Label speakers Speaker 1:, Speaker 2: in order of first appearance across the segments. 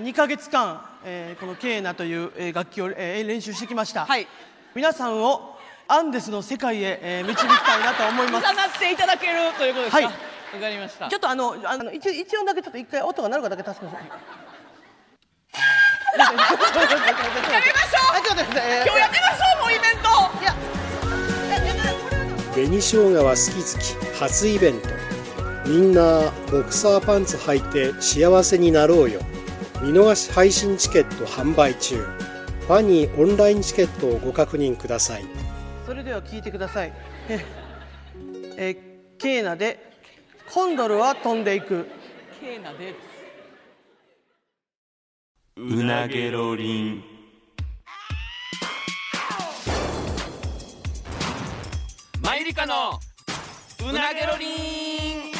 Speaker 1: 2ヶ月間、えーこのケーナという、えー楽器を、えー練習してきました、
Speaker 2: はい
Speaker 1: 皆さんをアンデスの世界へ、えー導きたいなと思い
Speaker 2: 重
Speaker 1: ます
Speaker 2: なっていただけるということですか
Speaker 1: はい
Speaker 2: わかりまし た
Speaker 1: ちょっとあのあの一一音だけちょっと一回音が鳴るかだけ助けてくだ さい
Speaker 2: やりましょう
Speaker 1: あちょっと待ってくださいえー
Speaker 2: 今日やってましょうもうイベン
Speaker 1: いや
Speaker 2: ト
Speaker 3: 紅生姜は好き好き初イベントみんなボクサーパンツ履いて幸せになろうよ見逃し配信チケット販売中ファニーオンラインチケットをご確認ください
Speaker 1: それでは聞いてください えーえーケーナでコンドルは飛んでいく
Speaker 2: ケーナで
Speaker 4: うなげろりんマイリカのうなげろりん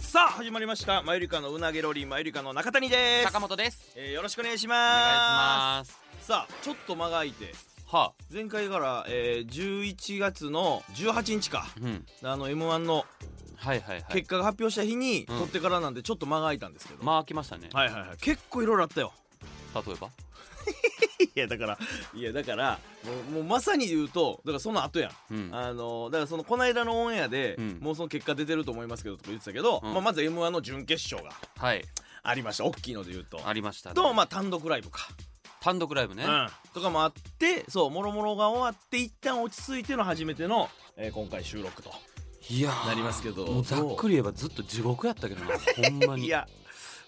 Speaker 5: さあ始まりましたマユリカのうなげロリーマユリカの中谷です
Speaker 4: 坂本です
Speaker 5: えーよろしくお願いし
Speaker 4: お
Speaker 5: ま
Speaker 4: 願いします
Speaker 5: すさあちょっと間が空いて
Speaker 4: は
Speaker 5: 前回から、えー、11月の18日か
Speaker 4: あ、うん
Speaker 5: あの M1 の
Speaker 4: はいはいはい
Speaker 5: 結果が発表した日に、
Speaker 4: うん
Speaker 5: 撮ってからなんでちょっと間が空いたんですけど、
Speaker 4: まあ開きましたね
Speaker 5: はいはいはい結構いろいろあったよ
Speaker 4: 例えば
Speaker 5: いやだからいやだからもうもうまさに言うとだからその後やん
Speaker 4: うん
Speaker 5: あのだからそのこの間のオンエアで、
Speaker 4: うん
Speaker 5: もうその結果出てると思いますけどとか言ってたけど、
Speaker 4: うん
Speaker 5: まあ、まず m 1の準決勝が
Speaker 4: はい
Speaker 5: ありました大きいので言うと
Speaker 4: ありましたね
Speaker 5: とまあ単独ライブか、
Speaker 4: 単独ライブ
Speaker 5: う
Speaker 4: ね
Speaker 5: ん、とかもあってそうもろもろが終わって一旦落ち着いての初めての、えー今回収録と
Speaker 4: いやー
Speaker 5: なりますけど
Speaker 4: もうざっくり言えばずっと地獄やったけどなほんまに
Speaker 5: いや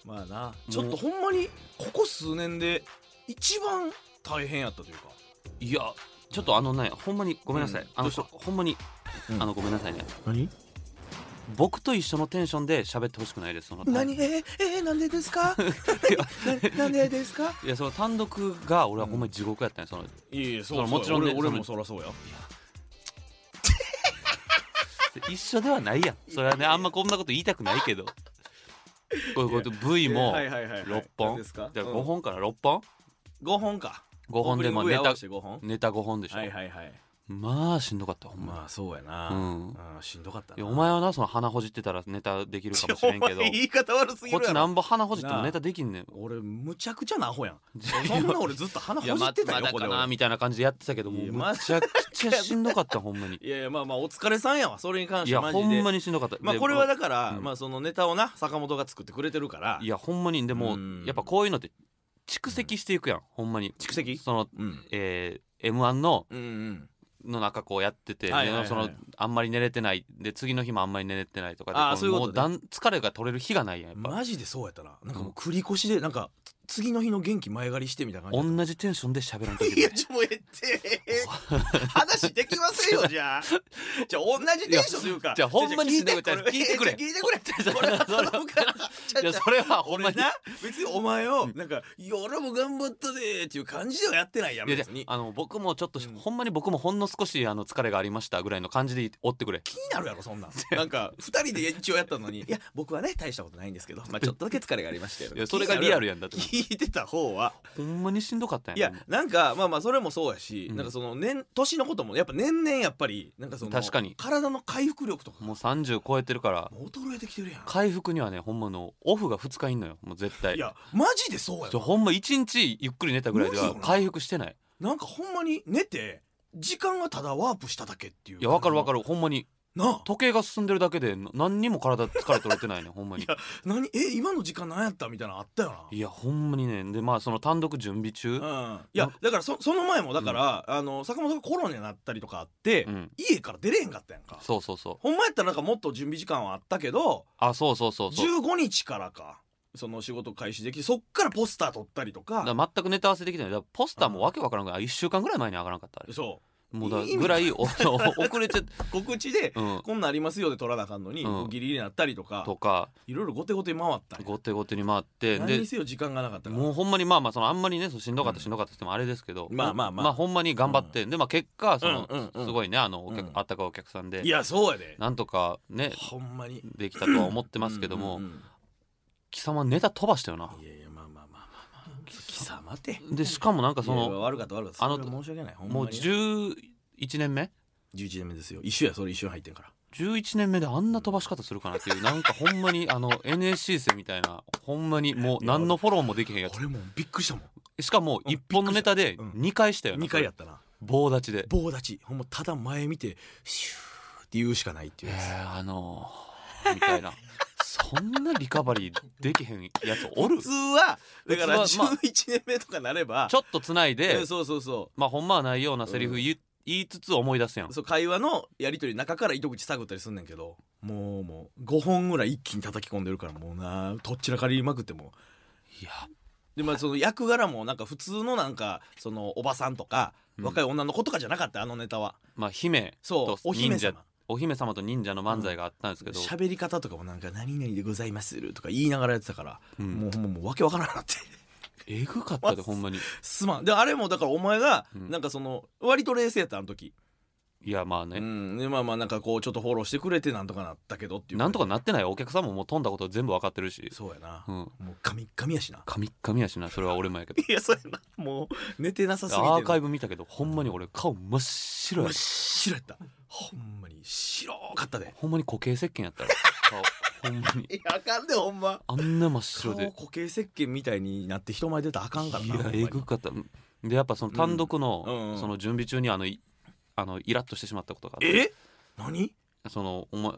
Speaker 5: まあなちょっとほんまにここ数年で一番大変やったというか
Speaker 4: いやちょっとあのねほんまにごめんなさい、
Speaker 5: うん
Speaker 4: あの
Speaker 5: どうした
Speaker 4: ほんまに、
Speaker 5: うん
Speaker 4: あのごめんなさいね
Speaker 5: 何
Speaker 4: 僕と一緒のテンションで喋ってほしくないですその
Speaker 5: 何えー、えー、なんでで すかななんでですか
Speaker 4: いやその単独が俺はほんまに地獄やったんやその
Speaker 5: いえいえ
Speaker 4: そらもちろんね
Speaker 5: 俺俺
Speaker 4: その
Speaker 5: もそらそうや
Speaker 4: 一緒ではないやんそれはねあんまこんなこと言いたくないけどこういうこと V も
Speaker 5: はいはいはいはい
Speaker 4: 6
Speaker 5: 何
Speaker 4: 本
Speaker 5: ですか
Speaker 4: じゃあ
Speaker 5: うん
Speaker 4: 5本から6本
Speaker 5: 5本か
Speaker 4: 5本でも
Speaker 5: オープ
Speaker 4: ネ
Speaker 5: ニング合わ
Speaker 4: タ
Speaker 5: せて5本
Speaker 4: ネタ5本でしょ
Speaker 5: はいはいはい
Speaker 4: まあしんどかったほんま
Speaker 5: まあそうやな
Speaker 4: うん
Speaker 5: うんしんどかった
Speaker 4: い
Speaker 5: な
Speaker 4: やお前はなその鼻ほじってたらネタできるかもしれんけ ど
Speaker 5: お前言い方悪すぎ
Speaker 4: こっ
Speaker 5: るや
Speaker 4: ち
Speaker 5: ろ
Speaker 4: なんぼ鼻ほじっても
Speaker 5: なあ
Speaker 4: ネタできんねん
Speaker 5: 俺むちゃくちゃなアホやんそんな俺ずっと鼻
Speaker 4: い
Speaker 5: ほ
Speaker 4: や
Speaker 5: じ
Speaker 4: ま
Speaker 5: ってた
Speaker 4: ま
Speaker 5: よ
Speaker 4: だ
Speaker 5: これ
Speaker 4: かな
Speaker 5: 俺
Speaker 4: みたいな感じでやってたけども
Speaker 5: いや
Speaker 4: う
Speaker 5: ま
Speaker 4: むちゃくちゃしんどか ったほんまに
Speaker 5: いやいやまあまあお疲れさんやわそれに関
Speaker 4: い
Speaker 5: して
Speaker 4: や
Speaker 5: マジ
Speaker 4: ほ
Speaker 5: で
Speaker 4: んまにしんどかった
Speaker 5: まあ
Speaker 4: で
Speaker 5: これはだから、
Speaker 4: うん
Speaker 5: まあそのネタをな坂本が作ってくれてるから
Speaker 4: いやほんまにでも
Speaker 5: うん
Speaker 4: やっぱこういうのって蓄積していくやんほんまに
Speaker 5: 蓄積
Speaker 4: その
Speaker 5: うん
Speaker 4: えー、M1 の
Speaker 5: うんうん
Speaker 4: の中こうやってて、
Speaker 5: はいはいはい
Speaker 4: そのあんまり寝れてないで次の日もあんまり寝れてないとかで
Speaker 5: あー
Speaker 4: こ
Speaker 5: そういうことね
Speaker 4: もうだん疲れが取れる日がないやんやっぱ
Speaker 5: マジでそうやったななんかもう繰り越しでなんか次の日の元気前借りしてみたいな感じ
Speaker 4: 同じテンションで喋らんとい
Speaker 5: い
Speaker 4: け
Speaker 5: や
Speaker 4: ない
Speaker 5: ちょもうええって話できま せんよじゃあじゃあ同じテンションというか
Speaker 4: じゃあほんまに
Speaker 5: 聞いて
Speaker 4: じゃあ聞いてくれ
Speaker 5: 聞いてくれ俺は頼むからちゃ
Speaker 4: いや
Speaker 5: ちゃ
Speaker 4: それはほんま
Speaker 5: 俺
Speaker 4: に
Speaker 5: な別にお前をなんか「いや俺も頑張ったで」っていう感じではやってないやん
Speaker 4: いやじゃ
Speaker 5: 別に
Speaker 4: あの僕もちょっとし、
Speaker 5: うん
Speaker 4: ほんまに僕もほんの少しあの疲れがありましたぐらいの感じで追ってくれ
Speaker 5: 気になるやろそんなんなんか2人で一応やったのに「いや僕はね大したことないんですけど、まあ、ちょっとだけ疲れがありま して」
Speaker 4: いやそれがリアル
Speaker 5: や
Speaker 4: やんだって
Speaker 5: 聞いてた方は
Speaker 4: ほんまにしんどかったん
Speaker 5: いや
Speaker 4: や
Speaker 5: なんかまあまあそれもそうやし、
Speaker 4: うん
Speaker 5: なんかその年年のこともやっぱ年々やっぱりなんかその
Speaker 4: 確かに
Speaker 5: 体の回復力とか
Speaker 4: もう30超えてるから
Speaker 5: もう衰えてきてるやん
Speaker 4: 回復にはねほんまのオフが2日いんのよもう絶対
Speaker 5: いやマジでそうや
Speaker 4: ちょほんま1日ゆっくり寝たぐらいで
Speaker 5: 無理
Speaker 4: は
Speaker 5: よな
Speaker 4: 回復してない
Speaker 5: ななんかほんまに寝て時間がただワープしただけっていう
Speaker 4: いやわかるわか
Speaker 5: る
Speaker 4: るほんまに
Speaker 5: なあ
Speaker 4: 時計が進んでるだけでな何にも体疲れ取れてないねほんまに
Speaker 5: い何え今の時間何やったみたいなのあったよない
Speaker 4: やほんまにねでまあその単独準備中
Speaker 5: うん、いやだからそその前もだから、あの坂本がコロナになったりとかあって、
Speaker 4: うん
Speaker 5: 家から出れへんかったやんか
Speaker 4: そうそうそう
Speaker 5: ほんまやったらなんかもっと準備時間はあったけど
Speaker 4: あそうそうそうそう
Speaker 5: 15日からかその仕事開始できてそっからポスター撮ったりとか
Speaker 4: だから全くネタ合わせできてないだからポスターもわけわからんぐらい1週間ぐらい前に上がらんかったあれ
Speaker 5: そ
Speaker 4: もうだ
Speaker 5: 意味
Speaker 4: ぐらいお 遅れちゃ
Speaker 5: う告知で、
Speaker 4: うん
Speaker 5: こんなんありますよで撮らなあかんのに、
Speaker 4: うん
Speaker 5: ギリギリになったりとか
Speaker 4: とか
Speaker 5: いろいろ後手後手回ったんや
Speaker 4: 後手後手に回って
Speaker 5: 何
Speaker 4: で
Speaker 5: にせよ時間がなかったから
Speaker 4: もうほんまにまあまあそのあんまりねそのしんどかっ
Speaker 5: う
Speaker 4: た
Speaker 5: ん
Speaker 4: しんどかったって言ってもあれですけど
Speaker 5: まあまあまあ
Speaker 4: まあほんまに頑張ってでまあ結果その
Speaker 5: うんうんうん
Speaker 4: すごいねあのお
Speaker 5: う
Speaker 4: 客
Speaker 5: ん
Speaker 4: あったかいお客さんで
Speaker 5: いやそうやで
Speaker 4: なんとかね
Speaker 5: ほんまに
Speaker 4: できたとは思ってますけども
Speaker 5: うんうん
Speaker 4: 貴様ネタ飛ばしたよな
Speaker 5: うんいやいやまあまあまあまあまあ貴様って
Speaker 4: でしかもなんかそ
Speaker 5: いやいや
Speaker 4: の
Speaker 5: 悪かった悪かった
Speaker 4: あの
Speaker 5: それは申し訳ないほんま
Speaker 4: もう
Speaker 5: に
Speaker 4: 11年目
Speaker 5: 11年目ですよ一緒やそれ一緒に入ってんから
Speaker 4: 11年目であんな飛ばし方するかな っていうなんかほんまにあの NSC 生みたいなほんまにもう何のフォローもできへんや
Speaker 5: 俺もびっくりしたもん
Speaker 4: つしかも1本のネタで
Speaker 5: うん
Speaker 4: 2回したよな
Speaker 5: 2回やったな
Speaker 4: 棒立ちで
Speaker 5: 棒立ちほんまただ前見てシューって言うしかないって
Speaker 4: え
Speaker 5: いうやつ
Speaker 4: ー、あのー、みたいな そんなリカバリーできへんやつおる
Speaker 5: 普通はだから
Speaker 4: 普通はまあ
Speaker 5: 11年目とかなれば
Speaker 4: ちょっとつないで
Speaker 5: うんそうそうそ
Speaker 4: まあほんまはないようなセリフ言,、言いつつ思い出すやん
Speaker 5: うそう会話のやり取りの中から糸口探ったりすんねんけどもうもう5本ぐらい一気に叩き込んでるからもうなとっちらかりまくっても
Speaker 4: いや
Speaker 5: でまあその役柄もなんか普通のなんかそのおばさんとか
Speaker 4: うん
Speaker 5: 若い女の子とかじゃなかったあのネタは
Speaker 4: まあ姫
Speaker 5: そ
Speaker 4: と
Speaker 5: うお姫
Speaker 4: 忍者
Speaker 5: 様
Speaker 4: お姫様と忍者の漫才があったんですけど、
Speaker 5: 喋り方とかもなんか「何々でございます」とか言いながらやってたから、
Speaker 4: うん
Speaker 5: もうほんまもう訳わからなくなって
Speaker 4: えぐかったでほんまに
Speaker 5: すまんであれもだからお前が
Speaker 4: うん
Speaker 5: なんかその割と冷静やったあの時、
Speaker 4: いやまあね、
Speaker 5: うんでまあまあなんかこうちょっとフォローしてくれてなんとかなったけどっていう
Speaker 4: なんとかなってないお客さんももう飛んだこと全部わかってるし
Speaker 5: そうやな、
Speaker 4: うん
Speaker 5: もう神神やしな
Speaker 4: カミッカミやしなそれは俺もやけど
Speaker 5: いやそうやなもう寝てなさすぎて
Speaker 4: アーカイ
Speaker 5: ブ
Speaker 4: ブ見たけどほんまに俺顔真っ白
Speaker 5: 真
Speaker 4: や
Speaker 5: っ
Speaker 4: った
Speaker 5: 白やったほんまに白かったで
Speaker 4: ほんまに固形石鹸やったら顔ほんまに
Speaker 5: いやあかんでほんま
Speaker 4: あんな真っ白
Speaker 5: 顔
Speaker 4: で
Speaker 5: 固形石鹸みたいになって人前出たらあかんから
Speaker 4: い
Speaker 5: な
Speaker 4: や
Speaker 5: ほんまに
Speaker 4: えぐかったでやっぱその単独の、
Speaker 5: うんうんうん
Speaker 4: その準備中にあのいあのイラッとしてしまったことがあって
Speaker 5: え何
Speaker 4: そのお前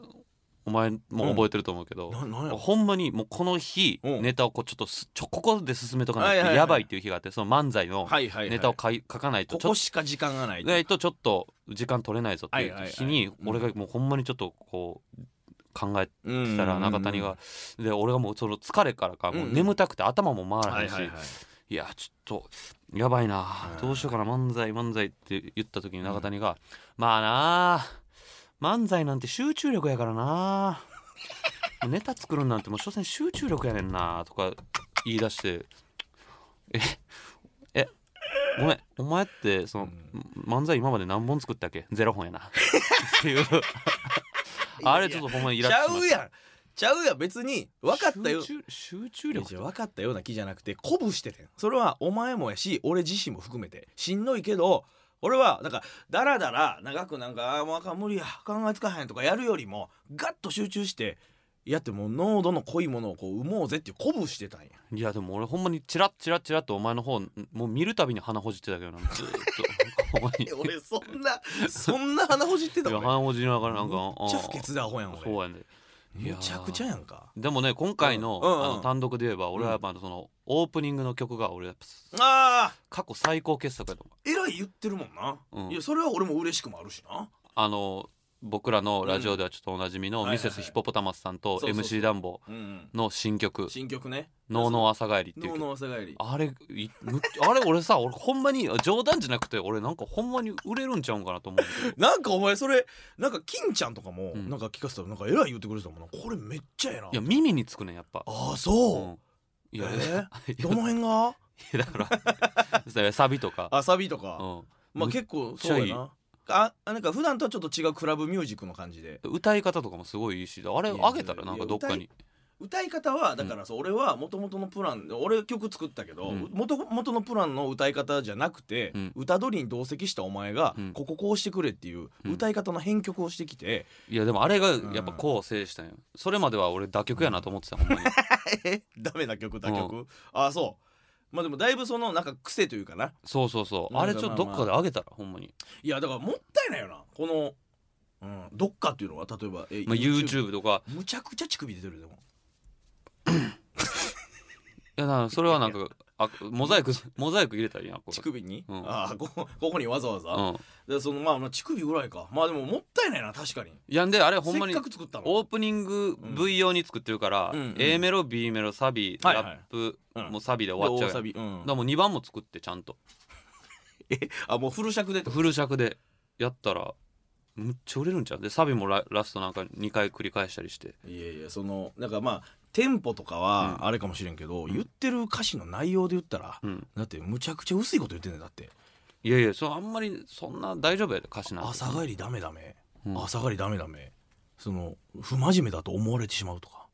Speaker 4: お前も覚えてると思うけど、
Speaker 5: ななんや
Speaker 4: ほんまにもうこの日
Speaker 5: うん
Speaker 4: ネタをこうちょっとすちょここで進めとかな
Speaker 5: はいいはい
Speaker 4: と
Speaker 5: はい
Speaker 4: やばいっていう日があってその漫才の
Speaker 5: はいはいはい
Speaker 4: ネタを書い書かないと
Speaker 5: こ
Speaker 4: ちょ
Speaker 5: こ
Speaker 4: っ
Speaker 5: しか時間がない
Speaker 4: とないとちょっと時間取れないぞってい
Speaker 5: はいはいうはい
Speaker 4: 日に
Speaker 5: うん
Speaker 4: 俺がもうほんまにちょっとこう考え
Speaker 5: して
Speaker 4: たら中谷がで俺がもうその疲れからかもう眠たくて頭も回ら
Speaker 5: は
Speaker 4: へ
Speaker 5: い
Speaker 4: んし
Speaker 5: はいはい
Speaker 4: いやちょっとやばいな
Speaker 5: うん
Speaker 4: どうしようかな漫才漫才って言った時に中谷が「まあなあ漫才なんて集中力やからなもうネタ作るんなんてもう所詮集中力やねんな」とか言い出して「ええごめんお前ってその漫才今まで何本作ったっけゼロ本やな」 っていうあれちょっとほんまにイ
Speaker 5: ち
Speaker 4: ラッ
Speaker 5: ゃ
Speaker 4: としま
Speaker 5: う
Speaker 4: した
Speaker 5: やんちゃうやん別に分かったよ
Speaker 4: 集中集中力
Speaker 5: いや分かったような気じゃなくて鼓舞しててんそれはお前もやし俺自身も含めてしんどいけど俺はなんかだらだら長くなんか「あーもうあかん無理や考えつかへん」とかやるよりもガッと集中してやってもう濃度の濃いものをこう生もうぜっていう鼓舞してたんや
Speaker 4: いやでも俺ほんまにチラッチラッチラッとお前の方んもう見るたびに鼻ほじってたけ どなずーっとほんまにい
Speaker 5: え俺そんな そんな鼻ほじってた
Speaker 4: や
Speaker 5: 俺
Speaker 4: 鼻ほじりながらなんか
Speaker 5: めっちゃ不
Speaker 4: う
Speaker 5: 潔でアホやん
Speaker 4: んそう
Speaker 5: 俺
Speaker 4: やねい
Speaker 5: め
Speaker 4: や
Speaker 5: ちゃくちゃやんか
Speaker 4: でもね今回の,、
Speaker 5: うんうんうん
Speaker 4: あの単独で言えば俺はやっぱそのオープニングの曲が俺やっぱ
Speaker 5: ああ
Speaker 4: 過去最高傑作やと思う
Speaker 5: えらい言ってるもんな、
Speaker 4: うん
Speaker 5: いやそれは俺も嬉しくもあるしな
Speaker 4: あの僕らのラジオではちょっとおなじみの
Speaker 5: うん
Speaker 4: ミセスヒポポタマスさんと
Speaker 5: はいはいはいそうそうそう
Speaker 4: MC ダンボ
Speaker 5: うんうん
Speaker 4: の新曲
Speaker 5: 新曲ね
Speaker 4: 「ノーノー朝帰り」っていう
Speaker 5: 脳
Speaker 4: 曲
Speaker 5: の朝帰り
Speaker 4: あれいむあれ俺さ俺ほんまに冗談じゃなくて俺なんかほんまに売れるんちゃうんかなと思うんだけど
Speaker 5: なんかお前それなんか金ちゃんとかも
Speaker 4: うん
Speaker 5: なんか聞かせたらなんかえらい言ってくれてたもんなこれめっちゃええない
Speaker 4: や耳につくねんやっぱ。
Speaker 5: ああ
Speaker 4: う
Speaker 5: そ
Speaker 4: んいや、
Speaker 5: えー
Speaker 4: いや
Speaker 5: う、どの辺が
Speaker 4: い やだからそれサビとか、
Speaker 5: あサビと
Speaker 4: う
Speaker 5: か、
Speaker 4: ん、
Speaker 5: まあ
Speaker 4: む
Speaker 5: 結構そう
Speaker 4: めっち
Speaker 5: や
Speaker 4: ゃ
Speaker 5: なああなんか普段とはちょっと違うクラブミュージックの感じで
Speaker 4: 歌い方とかもすごいいいしあれ
Speaker 5: いや
Speaker 4: あげたらなんかどっか
Speaker 5: い
Speaker 4: に
Speaker 5: 歌い方はだからさ、俺は元々のプラン俺曲作ったけど、
Speaker 4: うん
Speaker 5: 元々のプランの歌い方じゃなくて、
Speaker 4: うん
Speaker 5: 歌取りに同席したお前が、
Speaker 4: うん
Speaker 5: こここうしてくれっていう
Speaker 4: うん
Speaker 5: 歌い方の編曲をしてきて、
Speaker 4: いやでもあれがやっぱこう制したんよそれまでは俺打曲やなと思ってたほんまに
Speaker 5: え ダメな曲だ曲、ああそうまあでもだいぶそのなんか癖というかな
Speaker 4: そうそうそう
Speaker 5: なん
Speaker 4: あ
Speaker 5: か
Speaker 4: れちょっとどっかであげたらほんまに、
Speaker 5: いやだからもったいないよなこの、うん、どっかっていうのは例えばえ
Speaker 4: まあ、YouTube とか
Speaker 5: むちゃくちゃ乳首出てるよでも
Speaker 4: いやだからそれはなんかあモザイク モザイク入れたらいいなこ
Speaker 5: 乳
Speaker 4: れ、
Speaker 5: 首に、
Speaker 4: うん
Speaker 5: ああここここにわざわざ、
Speaker 4: うん、
Speaker 5: でそのまあまあ乳首ぐらいかまあでももったいないな確かに
Speaker 4: いやんであれほんま
Speaker 5: せ
Speaker 4: に
Speaker 5: っかく作ったの
Speaker 4: オープニング V 用に作ってるから、
Speaker 5: うんうん
Speaker 4: A メロ B メロサビ
Speaker 5: はいはい
Speaker 4: ラップ、
Speaker 5: うん
Speaker 4: もうサビで終わっちゃうや
Speaker 5: で大サ
Speaker 4: ん
Speaker 5: ビう
Speaker 4: だ
Speaker 5: ん
Speaker 4: からもう2番も作ってちゃんと
Speaker 5: あもうフル尺でと
Speaker 4: フル尺でやったらむっちゃ売れるんちゃうでサビもララストなんか2回繰り返したりして
Speaker 5: いやいやそのなんかまあテンポとかはあれかもしれんけど、言ってる歌詞の内容で言ったら、
Speaker 4: うん
Speaker 5: だってむちゃくちゃ薄いこと言ってんねんだって
Speaker 4: いやいやそうあんまりそんな大丈夫やで歌詞なんて
Speaker 5: 朝帰りダメダメ、
Speaker 4: うん
Speaker 5: 朝帰りダメダメその不真面目だと思われてしまうとか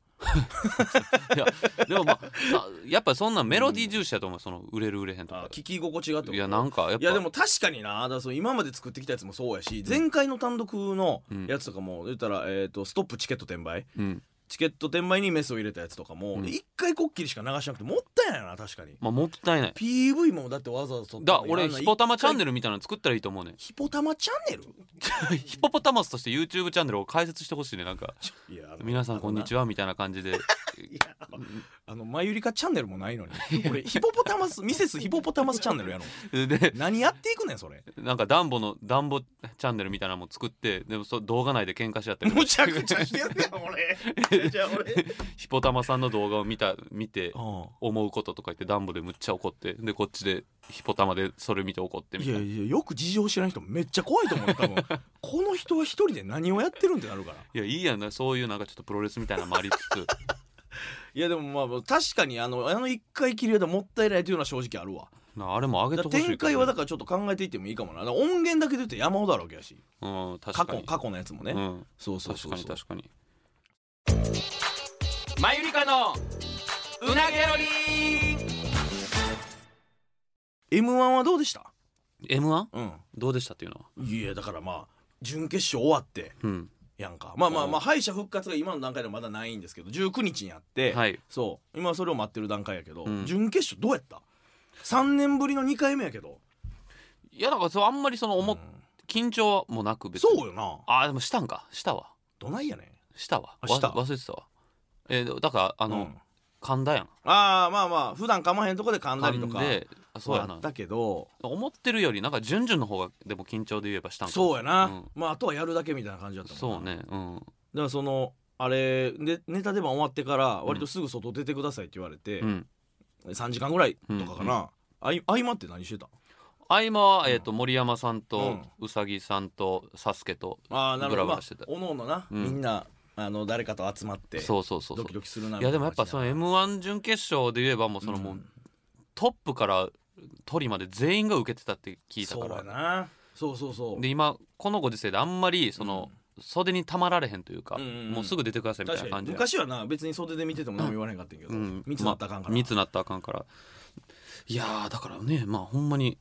Speaker 4: いやでもまあさやっぱそんなんメロディー重視やと思うその売れる売れへんと
Speaker 5: あ
Speaker 4: か
Speaker 5: 聞き心地がってこと
Speaker 4: いやなんかやっぱ
Speaker 5: いやでも確かになだからその今まで作ってきたやつもそうやし、前回の単独の
Speaker 4: うん
Speaker 5: やつとかも言ったら、えー、とストップチケット転売
Speaker 4: うん
Speaker 5: チケット転売にメスを入れたやつとかも
Speaker 4: うん
Speaker 5: 一、回こっきりしか流しなくてもったいないな確かに
Speaker 4: まあもったいない
Speaker 5: PV もだってわざわざ撮った
Speaker 4: だ俺ヒポタマチャンネ
Speaker 5: ル
Speaker 4: ルみたいなの作ったらいいと思うねん
Speaker 5: ヒポタマチャンネ
Speaker 4: ヒポポタマスとして YouTube チャンネルを開設してほしいねなんか
Speaker 5: ルいや
Speaker 4: 皆さんこんにち
Speaker 5: は
Speaker 4: はみたいな感じ で
Speaker 5: いやあのマユリカチャンネルもな いのに俺ヒポポタマスミセスヒポポタマスチャンネルやろ
Speaker 4: で
Speaker 5: 何やっていくね んそれ
Speaker 4: なんかダンボのダンボチャンネルみたいなのも作ってでもそ動画内で喧嘩し合って
Speaker 5: むちゃくちゃしてんねん 俺じゃあ俺
Speaker 4: ヒポタマさんの動画を見た見て
Speaker 5: あ
Speaker 4: 思うこととか言ってダンボでむっちゃ怒ってでこっちでヒポタマでそれ見て怒ってみ
Speaker 5: い
Speaker 4: たい
Speaker 5: や
Speaker 4: ない
Speaker 5: やよく事情知らない人めっちゃ怖いと思うよ 多分この人は一人で何をやってるんってなるから
Speaker 4: いやいいやんなそういうなんかちょっとプロレスみたいなのもありつ つ
Speaker 5: いやでもまあ確かにあのあの一回きりはもったいないというのは正直あるわ
Speaker 4: なあれも上げ
Speaker 5: だ
Speaker 4: てほ
Speaker 5: から
Speaker 4: しいけどね
Speaker 5: 展開はだからちょっと考えていってもいいかもなだから音源だけで言って山ほどあるわけやし
Speaker 4: うん確
Speaker 5: 過
Speaker 4: か
Speaker 5: 去
Speaker 4: に
Speaker 5: 過去のやつもね、
Speaker 4: うん
Speaker 5: そうそう
Speaker 4: 確
Speaker 5: そう
Speaker 4: かに
Speaker 5: そう
Speaker 4: 確かに
Speaker 2: マユリカのうなげろり
Speaker 5: m 1はどうでした
Speaker 4: M1
Speaker 5: うん
Speaker 4: どうでしたっていうのはい
Speaker 5: やだからまあ準決勝終わって
Speaker 4: うん
Speaker 5: やんかまあまあ
Speaker 4: う
Speaker 5: まあ敗者復活が今の段階ではまだないんですけど19日にやって、
Speaker 4: はい
Speaker 5: そう今それを待ってる段階やけど、
Speaker 4: うん
Speaker 5: 準決勝どうやった3年ぶりの2回目やけど
Speaker 4: いやだからそうあんまりその思っ
Speaker 5: うん
Speaker 4: 緊張もなく別に
Speaker 5: そうよな
Speaker 4: あでもしたんかしたわ
Speaker 5: どないやねん
Speaker 4: したわ
Speaker 5: あ
Speaker 4: わ
Speaker 5: した
Speaker 4: 忘れてたわえーだからあ
Speaker 5: あ
Speaker 4: の、噛んだやん
Speaker 5: ああまあまあ普段噛まへんとこで噛んだり
Speaker 4: 噛
Speaker 5: と
Speaker 4: ん
Speaker 5: か
Speaker 4: であそうやな
Speaker 5: だけど
Speaker 4: 思ってるよりなんか順々の方がでも緊張で言えばしたんかも
Speaker 5: そうやな、
Speaker 4: うん
Speaker 5: まああとはやるだけみたいな感じだったも
Speaker 4: そうん
Speaker 5: な
Speaker 4: ねうん
Speaker 5: だからそのあれでネタ出番終わってから割とすぐ外出てくださいって言われて、
Speaker 4: うん
Speaker 5: 3時間ぐらいとかかな、あい合間って何してた
Speaker 4: 合間は、えー、と森山さんと
Speaker 5: うん
Speaker 4: うさぎさんとサスケと
Speaker 5: ああなるほど
Speaker 4: ブラブラしてた
Speaker 5: まあおのおのな、
Speaker 4: うん
Speaker 5: みんなあの誰かと集まって
Speaker 4: そうそうそうそう
Speaker 5: ドキドキするない
Speaker 4: やでもやっぱその m 1準決勝で言えばもうそのもう、
Speaker 5: うん
Speaker 4: トップからトリまで全員が受けてたって聞いた
Speaker 5: そう
Speaker 4: か
Speaker 5: や
Speaker 4: ら
Speaker 5: なそうそうそう
Speaker 4: で今このご時世であんまりその、袖にたまられへんというか、
Speaker 5: うんうんうん
Speaker 4: もうすぐ出てくださいみたい
Speaker 5: 確
Speaker 4: な
Speaker 5: か
Speaker 4: 感
Speaker 5: に
Speaker 4: じや
Speaker 5: 昔はな別に袖で見てても何も言われへんかったんやけど、
Speaker 4: うん
Speaker 5: 密になったらあかんから、
Speaker 4: まあ密なったらあかんからいやーだからねまあほんまに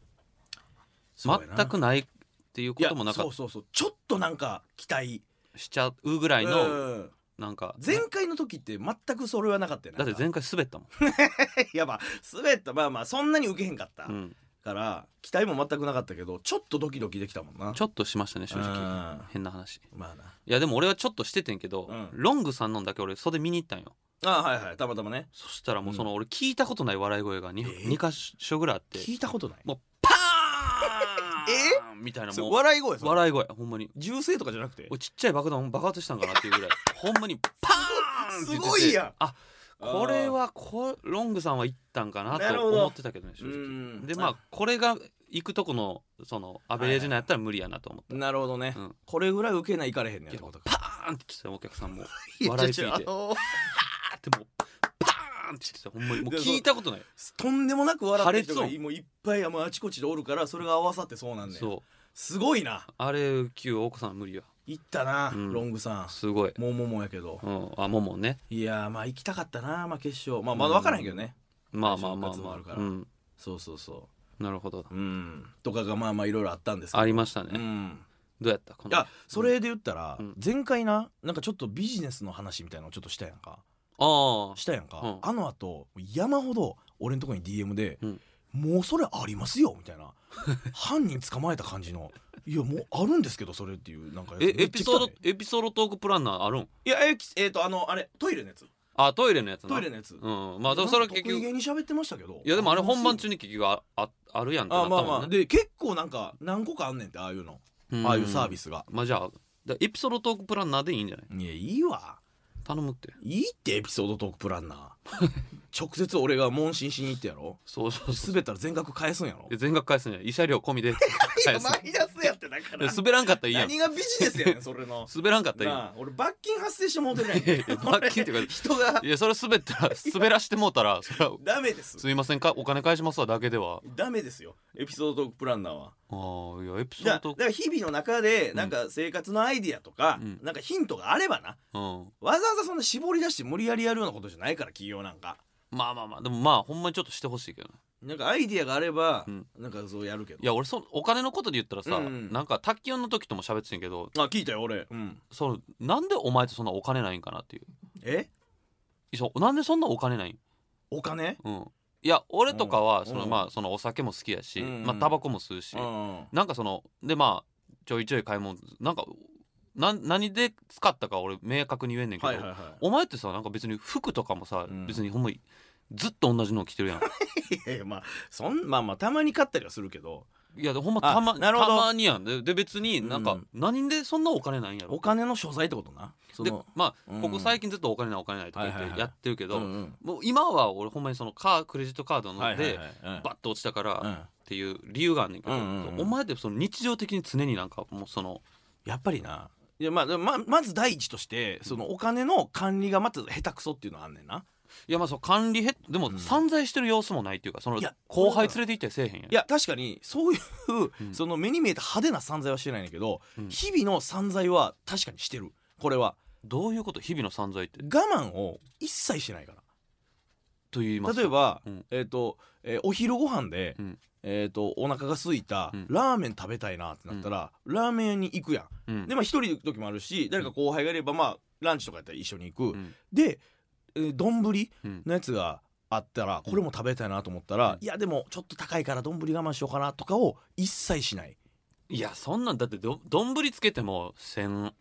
Speaker 5: そうやな
Speaker 4: 全くないっていうこともなか
Speaker 5: い
Speaker 4: っ
Speaker 5: やそうそうそうちょっとなんか期待
Speaker 4: しちゃうぐらいの
Speaker 5: うん
Speaker 4: なんか
Speaker 5: 前回の時って全くそれはなかったよ
Speaker 4: だって前回
Speaker 5: 回
Speaker 4: 滑ったもん、
Speaker 5: やば滑ったまあまあそんなに受けへんかった、
Speaker 4: うん、
Speaker 5: から期待も全くなかったけどちょっとドキドキできたもんな
Speaker 4: ちょっとしましたね正直
Speaker 5: うん
Speaker 4: 変な話
Speaker 5: まあない
Speaker 4: やでも俺はちょっとしててんけど、
Speaker 5: うん
Speaker 4: ロングさんのんだけ俺袖見に行ったんよ
Speaker 5: あはいはいたまたまね
Speaker 4: そしたらもうその俺聞いたことない笑い声が 2,、
Speaker 5: え
Speaker 4: 二箇所ぐらいあって
Speaker 5: 聞いたことない
Speaker 4: もうパ ーンみたいな
Speaker 5: それ
Speaker 4: もう
Speaker 5: 笑い声それ
Speaker 4: 笑い声ほんまに
Speaker 5: 銃声とかじゃなくて
Speaker 4: 俺ちっちゃい爆弾爆発したんかなっていうぐ らいほんまにパーンって言ってて
Speaker 5: すごいやん
Speaker 4: あこれはこロングさんは行ったんかな
Speaker 5: なる
Speaker 4: と
Speaker 5: ほど
Speaker 4: 思ってたけどね正直
Speaker 5: ん
Speaker 4: でまあこれが行くとこのそのアベレージのやったら無理やなと思って、
Speaker 5: なるほどね、
Speaker 4: うん
Speaker 5: これぐらい受けないいかれへんねんってことか
Speaker 4: パーンって来てたお客さんも笑いすぎて
Speaker 5: やちょちょあのー
Speaker 4: あってもうパーンって来てたほんまにもう聞いたことない
Speaker 5: とんでもなく笑ってる人
Speaker 4: 破
Speaker 5: が
Speaker 4: 裂
Speaker 5: もういっぱいもうあちこちでおるからそれが合わさってそうなんねん
Speaker 4: そう
Speaker 5: すごいな
Speaker 4: あれ旧大子さん無理や
Speaker 5: 行ったな、
Speaker 4: うん
Speaker 5: ロングさ
Speaker 4: すごい
Speaker 5: んもうももやけど
Speaker 4: うんあももね
Speaker 5: いやーまあ行きたかったなまあ決勝まあまだ分からへんけどね、
Speaker 4: まあまあまあ
Speaker 5: 就活も
Speaker 4: ま
Speaker 5: あるか
Speaker 4: あ
Speaker 5: ら
Speaker 4: うん
Speaker 5: そうそうそ
Speaker 4: なるほど
Speaker 5: ううんとかがまあまあいろいろあったんですけど
Speaker 4: ありました
Speaker 5: う
Speaker 4: ね
Speaker 5: ん
Speaker 4: どうやったこ
Speaker 5: い
Speaker 4: の
Speaker 5: やそれで言ったら、
Speaker 4: うん
Speaker 5: 前回ななんかちょっとビジネスの話みたいなのをちょっとしたやんか
Speaker 4: ああ
Speaker 5: したやんか、
Speaker 4: うん
Speaker 5: あのあと山ほど俺のとこに DM で、
Speaker 4: うん
Speaker 5: もうそれありますよ」みた いな犯人捕まえた感じの「いやもうあるんですけどそれ」っていうなんかやつ
Speaker 4: え
Speaker 5: めっ
Speaker 4: エピ
Speaker 5: ちゃ来た
Speaker 4: ソー
Speaker 5: ね
Speaker 4: ドエピソードトークプランナーあるん
Speaker 5: いやえきえーとあのあれトイレのやつ
Speaker 4: あトイレのやつな
Speaker 5: トイレのやつ、
Speaker 4: うんまあでもそれは
Speaker 5: なんか
Speaker 4: 結
Speaker 5: 得
Speaker 4: 局
Speaker 5: 意げに喋ってましたけど
Speaker 4: いやでもあれ本番中に結局あああるやんってな
Speaker 5: あ
Speaker 4: った
Speaker 5: まあ
Speaker 4: も
Speaker 5: まあ
Speaker 4: んね
Speaker 5: で結構なんか何個かあんねんってああいうの
Speaker 4: ん
Speaker 5: ああいうサービスが
Speaker 4: まあじゃあだエピソードトークプランナーでいいんじゃない
Speaker 5: いやいいわ
Speaker 4: 頼むって
Speaker 5: いいってエピソードトークプランナー 直接俺が問診しに行ってやろ
Speaker 4: そうそうそう
Speaker 5: 滑ったら全額返すんやろ
Speaker 4: 全額返すんじゃない慰謝料込みで返す
Speaker 5: イナスやっってだから
Speaker 4: 滑らんかったらいいやん
Speaker 5: 何がビジネスやねんそれ の
Speaker 4: 滑らんかったらいいやん
Speaker 5: なあ俺罰金発生してもうてるやん
Speaker 4: いやいや罰金っていう か
Speaker 5: 人が
Speaker 4: いやそれ滑ったら滑らしてもうたらそれは
Speaker 5: ダメです
Speaker 4: すいませんかお金返しますわだけでは
Speaker 5: ダメですよエピソードトークプランナーは
Speaker 4: ああいやエピソ
Speaker 5: だ
Speaker 4: ー
Speaker 5: だ
Speaker 4: ド
Speaker 5: から日々の中でなんか生活のアイディアとか、
Speaker 4: うん
Speaker 5: なんかヒントがあればな
Speaker 4: うん
Speaker 5: わざわざそんな絞り出して無理やりやるようなことじゃないから企業なんか
Speaker 4: まあまあまあでもまあほんまにちょっとしてほしいけどね
Speaker 5: なんかアイディアがあれば、
Speaker 4: うん
Speaker 5: なんかそうやるけど
Speaker 4: いや俺そお金のことで言ったらさ、
Speaker 5: うんうん
Speaker 4: なんか卓球の時とも喋ってたんやけど
Speaker 5: あ聞いたよ俺うん
Speaker 4: そのなんでお前ってそんなお金ないんかなっていう
Speaker 5: え
Speaker 4: いやそうなんでそんなお金ないん
Speaker 5: お金
Speaker 4: うんいや俺とか
Speaker 5: うん
Speaker 4: はその、
Speaker 5: うん
Speaker 4: まあそのお酒も好きやし、
Speaker 5: うんうん
Speaker 4: まあタバコも吸うし、
Speaker 5: うん
Speaker 4: なんかそのでまあちょいちょい買い物なんかなん何で使ったか俺明確に言えんねんけど、
Speaker 5: はいはいは
Speaker 4: お前ってさなんか別に服とかもさ、
Speaker 5: うん
Speaker 4: 別にほんまにずっと同じの着 てるやん
Speaker 5: いいやいやまあそんまあまあたまに買ったりはするけど
Speaker 4: いやでほんま
Speaker 5: あ
Speaker 4: たま
Speaker 5: なるほど
Speaker 4: たまにやんでで別になんか、
Speaker 5: うん
Speaker 4: 何でそんなお金ないんやろ
Speaker 5: お金の所在ってことなそ
Speaker 4: で
Speaker 5: の
Speaker 4: まあ、
Speaker 5: うん
Speaker 4: ここ最近ずっとお金ないお金ないとか
Speaker 5: はい
Speaker 4: 言
Speaker 5: は
Speaker 4: っ
Speaker 5: いは
Speaker 4: て
Speaker 5: い
Speaker 4: やってるけど、
Speaker 5: うんうん
Speaker 4: もう今は俺ほんまにそのカークレジットカードので、
Speaker 5: はいはいはいうん
Speaker 4: バッと落ちたから、
Speaker 5: うん
Speaker 4: っていう理由があんねんけど、
Speaker 5: うんうんうん
Speaker 4: お前ってその日常的に常になんかもうその
Speaker 5: やっぱりないやまあでもままず第一としてそのお金の管理がまず下手くそっていうのはあんねんない
Speaker 4: やまあそう管理ヘッで
Speaker 5: う
Speaker 4: も
Speaker 5: ん
Speaker 4: 散財してる様子もないっていうかその
Speaker 5: いや
Speaker 4: 後輩連れて行ったりせえへんやん
Speaker 5: いや確かにそういう、
Speaker 4: うん
Speaker 5: その目に見えた派手な散財はしてないんだけど、
Speaker 4: うん
Speaker 5: 日々の散財は確かにしてるこれは
Speaker 4: どういうこと日々の散財って
Speaker 5: 我慢を一切してないから
Speaker 4: と言いますと
Speaker 5: 例えば、
Speaker 4: うん
Speaker 5: えっ、と、えーお昼ご飯で、
Speaker 4: うん
Speaker 5: えっ、とお腹が空いた、
Speaker 4: うん
Speaker 5: ラーメン食べたいなってなったら、ラーメン屋に行くやん、
Speaker 4: うん
Speaker 5: でまあ一人で行く時もあるし誰か後輩がいればまあランチとかやったら一緒に行く、
Speaker 4: うん
Speaker 5: で、えー丼
Speaker 4: うん
Speaker 5: のやつがあったらこれも食べたいなと思ったら、
Speaker 4: うん
Speaker 5: いやでもちょっと高いから丼我慢しようかなとかを一切 しない
Speaker 4: いやそんなんだってど丼つけても1200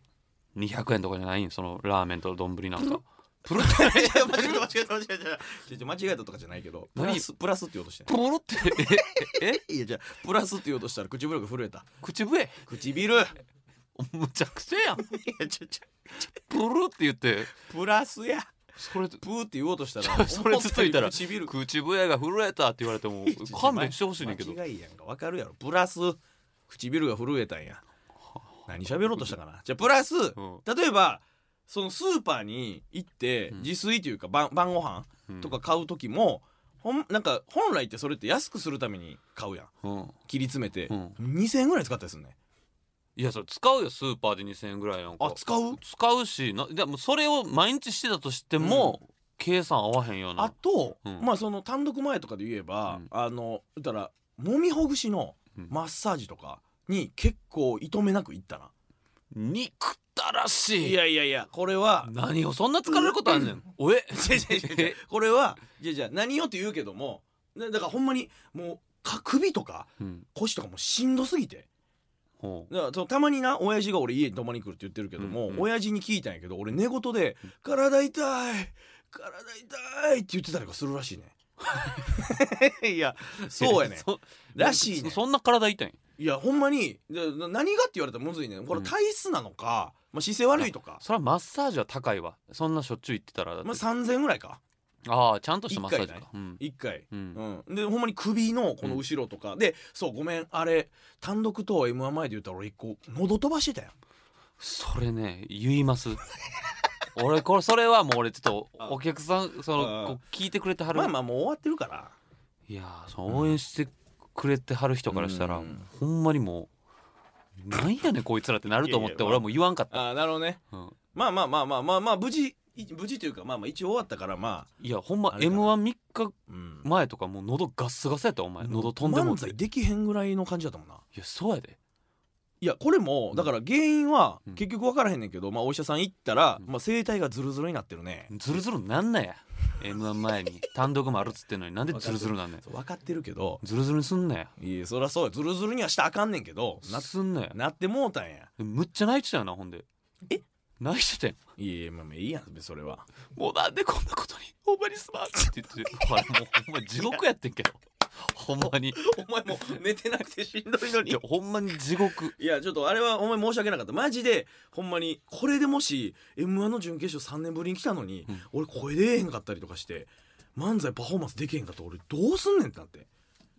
Speaker 4: 円とかじゃないんそのラーメンと丼なんかプルって
Speaker 5: いや間違えた間違えた間違えたちょちょ間違えたとかじゃないけどプ
Speaker 4: 何
Speaker 5: ラスプラスって言おうとして
Speaker 4: プルってええ
Speaker 5: いやじゃあプラスって言おうとしたら唇が震えた
Speaker 4: 口笛
Speaker 5: 唇いや
Speaker 4: むちゃくちゃやん
Speaker 5: ちょちょ
Speaker 4: プルって言って
Speaker 5: プラスや
Speaker 4: それ
Speaker 5: プーって言おうとした ら
Speaker 4: それつついたら
Speaker 5: 思ったより唇が
Speaker 4: 口笛が震えたって言われて も勘弁してほしいねんけど
Speaker 5: 間違いやんかわかるやろプラス唇が震えたんや何喋ろうとしたかなじゃあプラス、
Speaker 4: ん
Speaker 5: 例えばそのスーパーに行って
Speaker 4: うん
Speaker 5: 自炊というか晩晩ご飯とか買う時も、ほんなんか本来ってそれって安くするために買うやん
Speaker 4: うん
Speaker 5: 切り詰めて、
Speaker 4: うん
Speaker 5: 2,000円ぐらい使ったりするね
Speaker 4: いやそれ使うよスーパーで2000円ぐらいなんか
Speaker 5: あ使う
Speaker 4: 使うしなでもそれを毎日してたとしても、計算合わへんよう
Speaker 5: あ
Speaker 4: な
Speaker 5: と、
Speaker 4: うん
Speaker 5: まあその単独前とかで言え
Speaker 4: う
Speaker 5: ば、
Speaker 4: ん
Speaker 5: あの言ったら揉みほぐしの
Speaker 4: うん
Speaker 5: マッサージとかに結構いとめなく行ったな、
Speaker 4: 憎たらしい
Speaker 5: いやいやいやこれは
Speaker 4: 何をそんな疲れることあんねん、おえ
Speaker 5: 違う違う違う違うこれはじゃあじゃあ何よって言うけどもなだからほんまにもうか首とか
Speaker 4: うん
Speaker 5: 腰とかもうしんどすぎて
Speaker 4: ほう
Speaker 5: だからそのたまにな親父が俺家に泊まりに来るって言ってるけども、
Speaker 4: うんうん
Speaker 5: 親父に聞いたんやけど俺寝言で「体痛い体痛い」って言ってたりとかするらしい ねいやそうやね
Speaker 4: そ
Speaker 5: らしいね
Speaker 4: そそんな体痛いん
Speaker 5: いやほんまにでな何がって言われたらむずいねこれ
Speaker 4: うん
Speaker 5: 体質なのか、まあ、姿勢悪いとか、
Speaker 4: それはマッサージは高いわそんなしょっちゅう行ってたらだって、
Speaker 5: まあ、3,000ぐらいか
Speaker 4: ああちゃんとしたマッサージ
Speaker 5: 一
Speaker 4: か、うん
Speaker 5: 1回。
Speaker 4: うん
Speaker 5: うん、でほんまに首のこの後ろとか、でそうごめんあれ単独と m 1前で言ったら俺一個喉飛ばしてたやん
Speaker 4: それね言います 俺これそれはもう俺ちょっとお客さんそ
Speaker 5: ああ
Speaker 4: のこう聞いてくれてはる
Speaker 5: まあまあもう終わってるから
Speaker 4: いやーその応援してくれてはる人からしたら、
Speaker 5: うん
Speaker 4: ほんまにもうなんやねんこいつらってなると思っ
Speaker 5: いやい
Speaker 4: て
Speaker 5: や
Speaker 4: 俺はもう言わんかった、
Speaker 5: ああなるほどね
Speaker 4: うん
Speaker 5: まあまあまあまあまあまあ無事い無事というかまあまあ一応終わったからまあ
Speaker 4: いやほんま
Speaker 5: あれかな
Speaker 4: m 1 3日
Speaker 5: うん
Speaker 4: 前とかもう喉ガッスガスやったよお前喉飛んでもう
Speaker 5: 漫
Speaker 4: て
Speaker 5: 才
Speaker 4: い
Speaker 5: できへんぐらいの感じだったもんな
Speaker 4: やそうやで
Speaker 5: いやこれもだから原因は
Speaker 4: うん
Speaker 5: 結局分からへんねんけど、まあお医者さん行ったら、
Speaker 4: うん
Speaker 5: まあ声帯がズルズルになってるね、
Speaker 4: ズルズルなんなや m 1前に単独もあるっつってんのになんでズルズルなんねん
Speaker 5: そう分かってるけど
Speaker 4: ズルズルにすんなや
Speaker 5: いやそりゃそうよズルズルにはしたらあかんねんけどな
Speaker 4: すんなや
Speaker 5: なってもうたんや
Speaker 4: むっちゃ泣いてたよなほんで
Speaker 5: え
Speaker 4: 泣いてたよ
Speaker 5: いやいやまあまあいいやん別にそれは
Speaker 4: もうなんでこんなことにほんまにすまんって言ってほらもうほんま地獄やってんけどほんまに
Speaker 5: お前もう寝てなくてしんどいの
Speaker 4: いやほんまに地獄
Speaker 5: いやちょっとあれはお前申し訳なかったマジでほんまにこれでもし m 1の準決勝3年ぶりに来たのに、
Speaker 4: うん
Speaker 5: 俺声出えへんかったりとかして漫才パフォーマンスできへんかったら俺どうすんねんってなって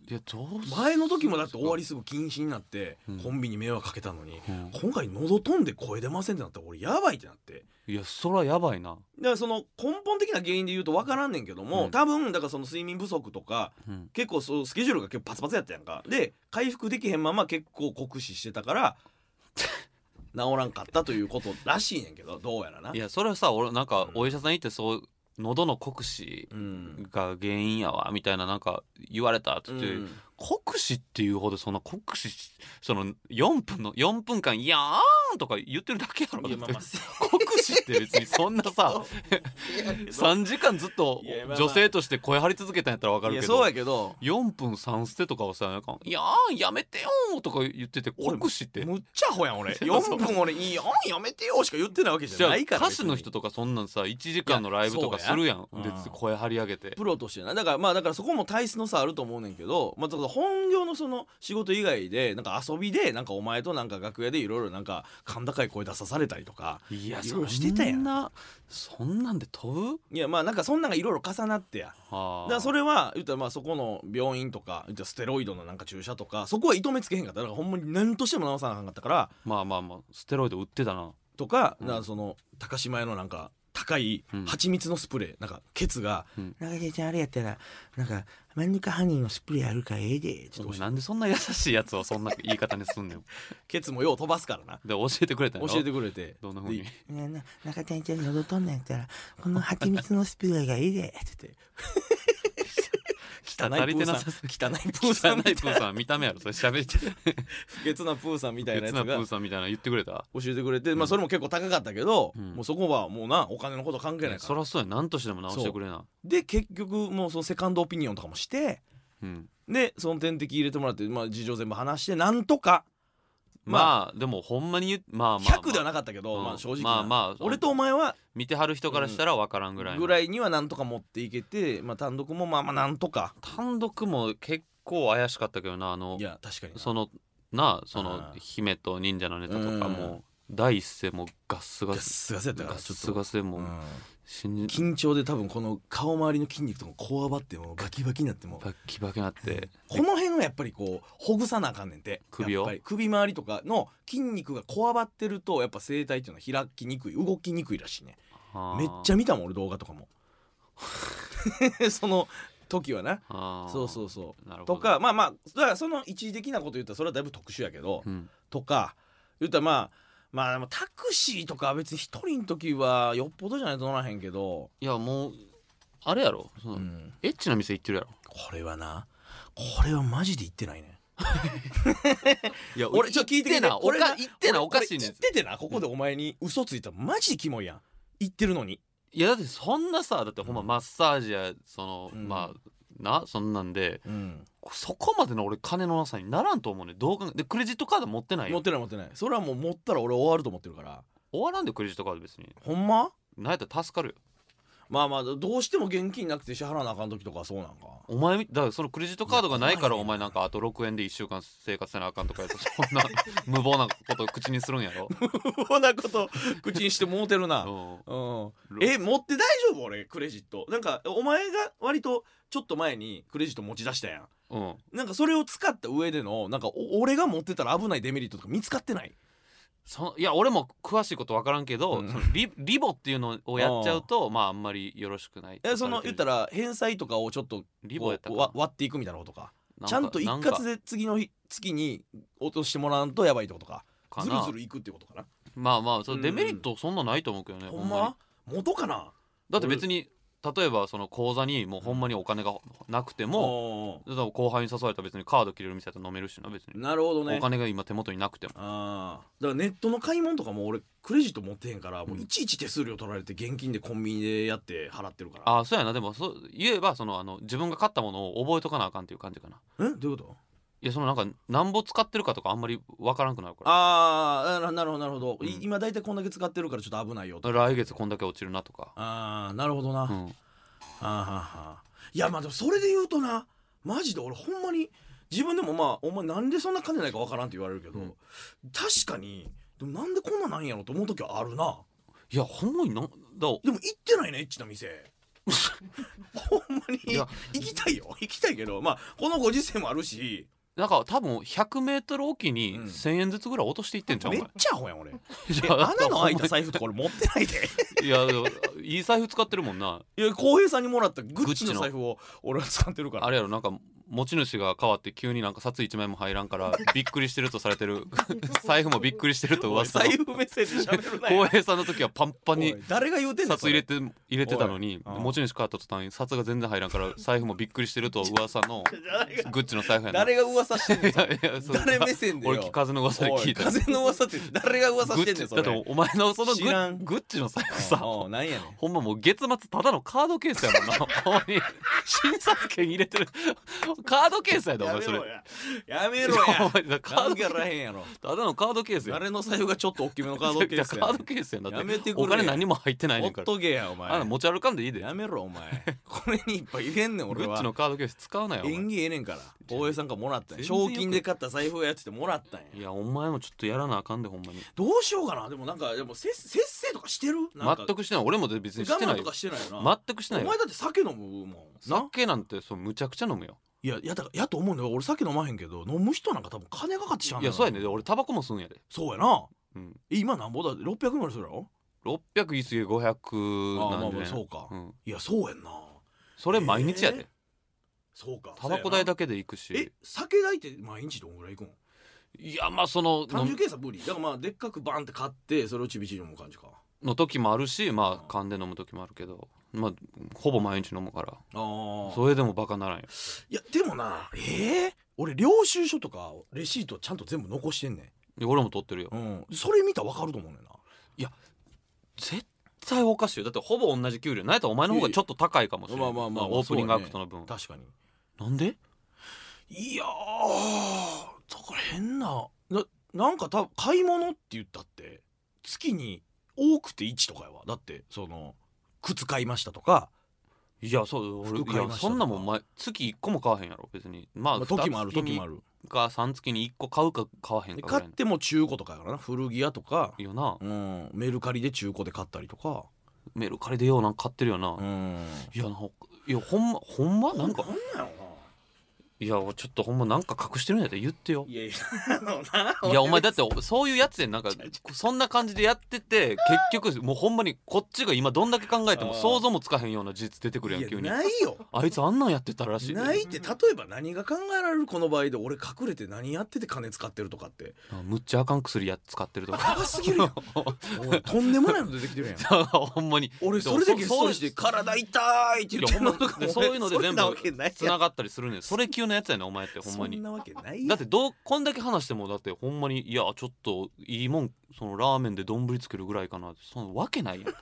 Speaker 4: いやどうす
Speaker 5: 前の時もだって終わりすぐ禁止になって
Speaker 4: うん
Speaker 5: コンビに迷惑かけたのに
Speaker 4: うん
Speaker 5: 今回喉飛んで声出ませんってなったら俺やばいってなって
Speaker 4: いやそらやばいな、
Speaker 5: だからその根本的な原因で言うと分からんねんけども、
Speaker 4: うん
Speaker 5: 多分だからその睡眠不足とか
Speaker 4: うん、
Speaker 5: 結構そうスケジュールが結構パツパツやったやんかで回復できへんまま結構酷使してたから 治らんかったということらしいねんけどどうやらない
Speaker 4: やそれはさ俺なんか
Speaker 5: うん
Speaker 4: お医者さん行ってそう喉の酷使
Speaker 5: うん、
Speaker 4: が原因やわみたいななんか言われたっつ
Speaker 5: う
Speaker 4: っ
Speaker 5: ん
Speaker 4: て、酷使っていうほどそんな酷使しその4分の4分間「いやーん!」とか言ってるだけやろ
Speaker 5: いやまあまあ
Speaker 4: 酷使って別にそんなさ 3時間ずっと
Speaker 5: いやまあまあ
Speaker 4: 女性として声張り続けたんやったら分か
Speaker 5: い
Speaker 4: る
Speaker 5: や
Speaker 4: け
Speaker 5: そう
Speaker 4: ど
Speaker 5: やけど
Speaker 4: 4分3捨てとかをさなんか「いやーんやめてよー!」とか言ってて
Speaker 5: 俺
Speaker 4: 酷使って。
Speaker 5: むっちゃアホやん俺 4分俺「いいやんやめてよ」しか言ってないわけじ
Speaker 4: じ
Speaker 5: ゃ
Speaker 4: ゃあ
Speaker 5: ないから
Speaker 4: 歌手の人
Speaker 5: と
Speaker 4: とかそんなんさ1時間のライブとか
Speaker 5: いや
Speaker 4: するやん
Speaker 5: そうや
Speaker 4: で
Speaker 5: うん
Speaker 4: 声張り上げて
Speaker 5: プロとしてなだからまあだからそこも体質の差あると思うねんけど、まあ、だから本業のその仕事以外でなんか遊びでなんかお前となんか楽屋でいろいろなんか甲高い声出さされたりとか
Speaker 4: いや
Speaker 5: い
Speaker 4: そ
Speaker 5: ろいろしてたやん
Speaker 4: んなそんなんで飛ぶ
Speaker 5: いやまあなんかそんなんがいろいろ重なってやだ
Speaker 4: あ
Speaker 5: からそれは言ったらまあそこの病院とか言ったらステロイドのなんか注射とかそこは糸目つけへんかっただからほんまに何としても治さなあかんかったから
Speaker 4: まあまあまあステロイド売ってたな
Speaker 5: とか,、
Speaker 4: うん
Speaker 5: なんかその高島屋のなんか高い
Speaker 4: うん
Speaker 5: 蜂蜜のスプレー、なんかケツが
Speaker 4: うん
Speaker 5: 「中、ちゃんあれやったらなんか真ん中ハニーのスプレーあるからええで」ちょっ
Speaker 4: お前
Speaker 5: と教えて
Speaker 4: なんでそんな優しいやつをそんな言い方にすんねん
Speaker 5: ケツもよう飛ばすからな
Speaker 4: で教えてくれたん
Speaker 5: 教
Speaker 4: やろ
Speaker 5: えてくれて
Speaker 4: どんな風に
Speaker 5: で
Speaker 6: ねえな中谷ちゃん喉とんねんやったらこの蜂蜜のスプレーがいいで
Speaker 5: えってて
Speaker 4: 汚
Speaker 5: 汚い
Speaker 4: り
Speaker 5: プ
Speaker 4: て
Speaker 5: ー
Speaker 4: なさ
Speaker 5: さ
Speaker 4: す
Speaker 5: ん 汚いプ
Speaker 4: 汚
Speaker 5: ーさん
Speaker 4: い
Speaker 5: み
Speaker 4: プ
Speaker 5: たいな
Speaker 4: ーさん見た目やろそれ喋って
Speaker 5: 不潔なプーさんみたいな
Speaker 4: 別
Speaker 5: やつ
Speaker 4: なプ
Speaker 5: が
Speaker 4: ーさんみたいなの言ってくれた
Speaker 5: 教えてくれて、まあ、それも結構高かったけど、
Speaker 4: うん
Speaker 5: もうそこはもうなお金のこと関係ないか
Speaker 4: そ
Speaker 5: ら
Speaker 4: らそうや何としてでも直してくれな
Speaker 5: で結局もうそのセカンドオピニオンとかもして
Speaker 4: うん
Speaker 5: でその点滴入れてもらって、まあ、事情全部話してなんとか
Speaker 4: まあでもほんまに言うまあまあ
Speaker 5: 100では
Speaker 4: まあ
Speaker 5: なかったけど、
Speaker 4: うん
Speaker 5: まあ、正直な、
Speaker 4: まあまあ
Speaker 5: 俺とお前は
Speaker 4: 見てはる人からしたら分からんぐらいの
Speaker 5: ぐらいにはなんとか持っていけて、まあ、単独もまあまあなんとか
Speaker 4: 単独も結構怪しかったけどなあの
Speaker 5: いや確かにな
Speaker 4: そのなあその
Speaker 5: あー
Speaker 4: 姫と忍者のネタとか
Speaker 5: う
Speaker 4: も第一声もガッスガ
Speaker 5: ガッ
Speaker 4: ス
Speaker 5: スガスやった
Speaker 4: ガ
Speaker 5: から
Speaker 4: ッ
Speaker 5: ちょっ
Speaker 4: ス
Speaker 5: と、
Speaker 4: ガスでも
Speaker 5: う
Speaker 4: うん信じ
Speaker 5: 緊張で多分この顔周りの筋肉とかこわばってもうバキバキになっても
Speaker 4: バッキバキなって
Speaker 5: この辺はやっぱりこうほぐさなあかんねんて
Speaker 4: 首を
Speaker 5: やっぱり首周りとかの筋肉がこわばってるとやっぱ声帯っていうのは開きにくい動きにくいらしいねめっち
Speaker 4: ゃ
Speaker 5: ゃ見たもん俺動画とかも その時はなそうそううそう
Speaker 4: なるほど
Speaker 5: とかまあまあだからその一時的なこと言ったらそれはだいぶ特殊やけど、
Speaker 4: うん
Speaker 5: とか言ったらまあまあでもタクシーとかは別に一人の時はよっぽどじゃないと乗らへんけど、
Speaker 4: いやもうあれやろその
Speaker 5: うん
Speaker 4: エッチな店行ってるやろ
Speaker 5: これはなこれはマジで言ってないね
Speaker 4: いや
Speaker 5: 俺ちょっと聞いてみて
Speaker 4: なお
Speaker 5: 俺
Speaker 4: か
Speaker 5: な
Speaker 4: 言ってなおかしい
Speaker 5: 俺
Speaker 4: ねん
Speaker 5: 言っててなここでお前に嘘ついたらマジでキモいやん言ってるのに
Speaker 4: いやだってそんなさだってほんま
Speaker 5: うん
Speaker 4: マッサージやその、
Speaker 5: うん
Speaker 4: まあなそんなんで
Speaker 5: うん
Speaker 4: そこまでの俺金のなさにならんと思うねんどうかでクレジットカード持ってない
Speaker 5: 持
Speaker 4: よ
Speaker 5: ってない持ってないそれはもう持ったら俺終わると思ってるから
Speaker 4: 終わらんでクレジットカード別に
Speaker 5: ほんま
Speaker 4: なんやったら助かるよ
Speaker 5: まあまあどうしても現金なくて支払わなあかん時とかはそうなんか
Speaker 4: お前みだからそのクレジットカードがないから
Speaker 5: い
Speaker 4: お
Speaker 5: や怖いね
Speaker 4: 前なんかあと6円で1週間生活せなあかんとか やとそんな無謀なこと口にするんやろ、
Speaker 5: 不法なこと口にしてもうてるな
Speaker 4: う
Speaker 5: うんん、え持って大丈夫俺クレジットなんかお前が割とちょっと前にクレジット持ち出したやん
Speaker 4: んうん、
Speaker 5: なんかそれを使った上でのなんかお俺が持ってたら危ないデメリットとか見つかってない
Speaker 4: そいや俺も詳しいこと分からんけど、
Speaker 5: うん
Speaker 4: そのリリボっていうのをやっちゃうとまああんまりよろしくない
Speaker 5: えその言った
Speaker 4: ら
Speaker 5: ら返済とかをちょっとこう
Speaker 4: リボやったかな
Speaker 5: わ割っていくみたいなことか
Speaker 4: なんか
Speaker 5: ちゃんと一
Speaker 4: なんか
Speaker 5: 括で次の日月に落としてもらわんとやばいってことか
Speaker 4: か
Speaker 5: ず
Speaker 4: な
Speaker 5: るずるいくってことかな
Speaker 4: まあまあそうの
Speaker 5: ん
Speaker 4: デメリットそんなないと思うけどね、
Speaker 5: ほ
Speaker 4: ほん
Speaker 5: ん
Speaker 4: まに
Speaker 5: ま元かな
Speaker 4: だって別に例えばその口座にもうほんまにお金がなくても、
Speaker 5: も
Speaker 4: だから後輩に誘われたら別にカード切れる店やったら飲めるしな別に、
Speaker 5: なるほどね
Speaker 4: お金が今手元になくても
Speaker 5: ああだからネットの買い物とかも俺クレジット持ってへんからもううんいちいち手数料取られて現金でコンビニでやって払ってるから
Speaker 4: ああそうやなでもそう言えばそのあの自分が買ったものを覚えとかなあかんっていう感じかな
Speaker 5: えどういうこと
Speaker 4: いやそのなんかなんぼ使ってるかとかあんまりわからんくなるから
Speaker 5: ああななるほどなるほど、い
Speaker 4: うん
Speaker 5: 今大体こんだけ使ってるからちょっと危ないよと
Speaker 4: 来月こんだけ落ちるなとか、
Speaker 5: ああなるほどな、
Speaker 4: う
Speaker 5: あ
Speaker 4: ん、
Speaker 5: ーはーはーいやまあでもそれで言うとなマジで俺ほんまに自分でもまあお前なんでそんな金ないかわからんって言われるけど、
Speaker 4: うん
Speaker 5: 確かにでもなんでこんななんやろと思う時はあるない
Speaker 4: やほんまになだ
Speaker 5: でも行ってないねエッチな店ほんまにいや行きたいよ行きたいけどまあこのご時世もあるし
Speaker 4: なんか多分 100m おきに
Speaker 5: うん
Speaker 4: 1,000円ずつぐらい落としていってんじゃん、
Speaker 5: め
Speaker 4: お
Speaker 5: っ
Speaker 4: 前
Speaker 5: ちゃアホやん俺
Speaker 4: い
Speaker 5: え
Speaker 4: や
Speaker 5: 穴の開いた財布とか俺持ってないで
Speaker 4: いやでもいい財布使ってるもんない
Speaker 5: や浩平さんにもらったグッチ
Speaker 4: グッチ
Speaker 5: の
Speaker 4: の
Speaker 5: 財布を俺は使ってるから
Speaker 4: あれやろなんか持ち主が変わって急になんか札1枚も入らんからびっくりしてるとされてる財布もびっくりしてると
Speaker 5: おい
Speaker 4: 噂の
Speaker 5: 財布目線で喋るな よ
Speaker 4: 浩平さんの時はパンパンに
Speaker 5: おい誰が言うてんの
Speaker 4: 札入れて入れてたのに
Speaker 5: おいうん
Speaker 4: 持ち主変わった途端に札が全然入らんから財布もびっくりしてると噂のグッチの財布やな
Speaker 5: 誰が噂してんの
Speaker 4: い やいやそれ
Speaker 5: 誰目線でよ
Speaker 4: 俺聞かずの噂で
Speaker 5: お
Speaker 4: 聞
Speaker 5: い
Speaker 4: いたグ
Speaker 5: 風の噂って誰が噂して
Speaker 4: ッ
Speaker 5: んね
Speaker 4: チ
Speaker 5: んそ
Speaker 4: だ
Speaker 5: れ
Speaker 4: ってお前のそのグ
Speaker 5: 知らん
Speaker 4: ッグッチの財布さ
Speaker 5: おうなんやねん
Speaker 4: ほんまもう月末ただのカードケースやもんなほんまに診察券入れてるカードケースやでお
Speaker 5: や
Speaker 4: 前
Speaker 5: め
Speaker 4: そ
Speaker 5: ろ
Speaker 4: れ
Speaker 5: ややめろや
Speaker 4: お前カー
Speaker 5: 関
Speaker 4: ド
Speaker 5: 係
Speaker 4: ケー
Speaker 5: あ
Speaker 4: ス
Speaker 5: らへんやろ
Speaker 4: ただのカードケースや
Speaker 5: 誰の財布がちょっと大きめのカードケー
Speaker 4: い
Speaker 5: ス
Speaker 4: や
Speaker 5: や
Speaker 4: カー
Speaker 5: ね
Speaker 4: ドケースやんだって
Speaker 5: やめてくれ
Speaker 4: お金何も入ってない
Speaker 5: んほ
Speaker 4: ね
Speaker 5: っ
Speaker 4: んから
Speaker 5: とけやお
Speaker 4: あん
Speaker 5: 前
Speaker 4: な持ち歩かんでいいで
Speaker 5: やめろお前これにいっぱい入れんねん
Speaker 4: グ
Speaker 5: 俺
Speaker 4: ッ
Speaker 5: は
Speaker 4: チのカードケース使うなよお前
Speaker 5: 演技ええねんから大江さんからもらったんや
Speaker 4: 全然よ
Speaker 5: 賞
Speaker 4: く
Speaker 5: 金で買った財布やっつってもらったんや
Speaker 4: いやお前もちょっとやらなあかんでほんまに
Speaker 5: どうしようかなでもなんかでもせっせっせとかしてるなんか
Speaker 4: 全くしてない俺も別にして
Speaker 5: 我
Speaker 4: ない
Speaker 5: 慢と
Speaker 4: よ
Speaker 5: かしてないよな
Speaker 4: 全くしてない
Speaker 5: お
Speaker 4: よ
Speaker 5: 前だって酒飲むもんな
Speaker 4: 酒なんてそうむちゃくちゃ飲むよ
Speaker 5: いややだやと思うんだよ俺酒飲まへんけど飲む人なんか多分金かかってしゃん
Speaker 4: いやそうやねで俺タバコも吸うんやで
Speaker 5: そうやな
Speaker 4: うん
Speaker 5: 今なんぼだ600ぐらいするやろ
Speaker 4: 600いいすぎ500
Speaker 5: ああ
Speaker 4: な
Speaker 5: まあ
Speaker 4: んで
Speaker 5: まあ
Speaker 4: ね
Speaker 5: そうか
Speaker 4: うん
Speaker 5: いやそうやんな
Speaker 4: それ毎日や
Speaker 5: えー
Speaker 4: で
Speaker 5: そうか
Speaker 4: タバコ代
Speaker 5: だ
Speaker 4: だけで行くし
Speaker 5: え酒代って毎日どんぐらいいくん
Speaker 4: いやまあその
Speaker 5: 単純
Speaker 4: の
Speaker 5: 計算無理だからまあでっかくバンって買ってそれをちびちび飲む感じか
Speaker 4: の時もあるしまあ缶で飲む時もあるけどまあほぼ毎日飲むから
Speaker 5: ああ
Speaker 4: それでもバカならんよ
Speaker 5: いやでもなええ俺領収書とかレシートちゃんと全部残してんね
Speaker 4: いや俺も取ってるよ
Speaker 5: ん、うん、それ見たら分かると思うねんな
Speaker 4: 絶対おかしいよだってほぼ同じ給料なんやったらお前の方がちょっと高いかもしれない
Speaker 5: まあまあまあまあ
Speaker 4: オープニング
Speaker 5: そ
Speaker 4: ア
Speaker 5: うやね
Speaker 4: クトの分
Speaker 5: 確かに
Speaker 4: なんで
Speaker 5: いやーだから変なななんか多分買い物って言ったって月に多くて1とかやわだってその靴買いましたとか、
Speaker 4: いやそう俺
Speaker 5: 服買い
Speaker 4: い
Speaker 5: ま
Speaker 4: や
Speaker 5: したとか
Speaker 4: そんなもん前月1個も買わへんやろ別にまあ
Speaker 5: まあ、時もある
Speaker 4: 二月
Speaker 5: 時
Speaker 4: に
Speaker 5: もある
Speaker 4: か3月に1個買うか買わへん
Speaker 5: で
Speaker 4: かぐ
Speaker 5: 買
Speaker 4: らい
Speaker 5: っても中古とかやからな古着屋とか、
Speaker 4: よな
Speaker 5: うん、メルカリで中古で買ったりとか、
Speaker 4: メルカリでようなんか買ってるよな、
Speaker 5: うん、
Speaker 4: いやなんかいやほんまほんまなんか
Speaker 5: なんなんやろない
Speaker 4: やちょっとほんまなんか隠してるんやったら言ってよ
Speaker 5: いやいやあのない
Speaker 4: やお前だってそういうやつやんなんかそんな感じでやって て結局もうほんまにこっちが今どんだけ考えても
Speaker 5: あー
Speaker 4: 想像もつかへんような事実出てくるやん急
Speaker 5: い
Speaker 4: に
Speaker 5: やない よ
Speaker 4: あいつあんなんやってたらしい
Speaker 5: ないって例えば何が考えられるこの場合で俺隠れて何やってて金使ってるとかって
Speaker 4: あむっちゃあかん薬や使ってるとか
Speaker 5: 高すぎる やんおいとんでもないの出てきてるやん
Speaker 4: ほんまに
Speaker 5: 俺それでゲスト
Speaker 4: そう
Speaker 5: にして体痛いって
Speaker 4: い
Speaker 5: 言
Speaker 4: や
Speaker 5: って
Speaker 4: ほ
Speaker 5: ん
Speaker 4: ん
Speaker 5: の
Speaker 4: ま
Speaker 5: とか
Speaker 4: でそういうので全部
Speaker 5: そんなわけない
Speaker 4: つ
Speaker 5: や
Speaker 4: なんがったりするねんそれ級のやつやねんお前ってほんま
Speaker 5: そん
Speaker 4: に
Speaker 5: なわけない
Speaker 4: だ
Speaker 5: や
Speaker 4: っ
Speaker 5: ん
Speaker 4: てどうこんだけ話してもだってほんまにいやちょっといいもんそのラーメンで丼つけるぐらいかな そんなわけないやん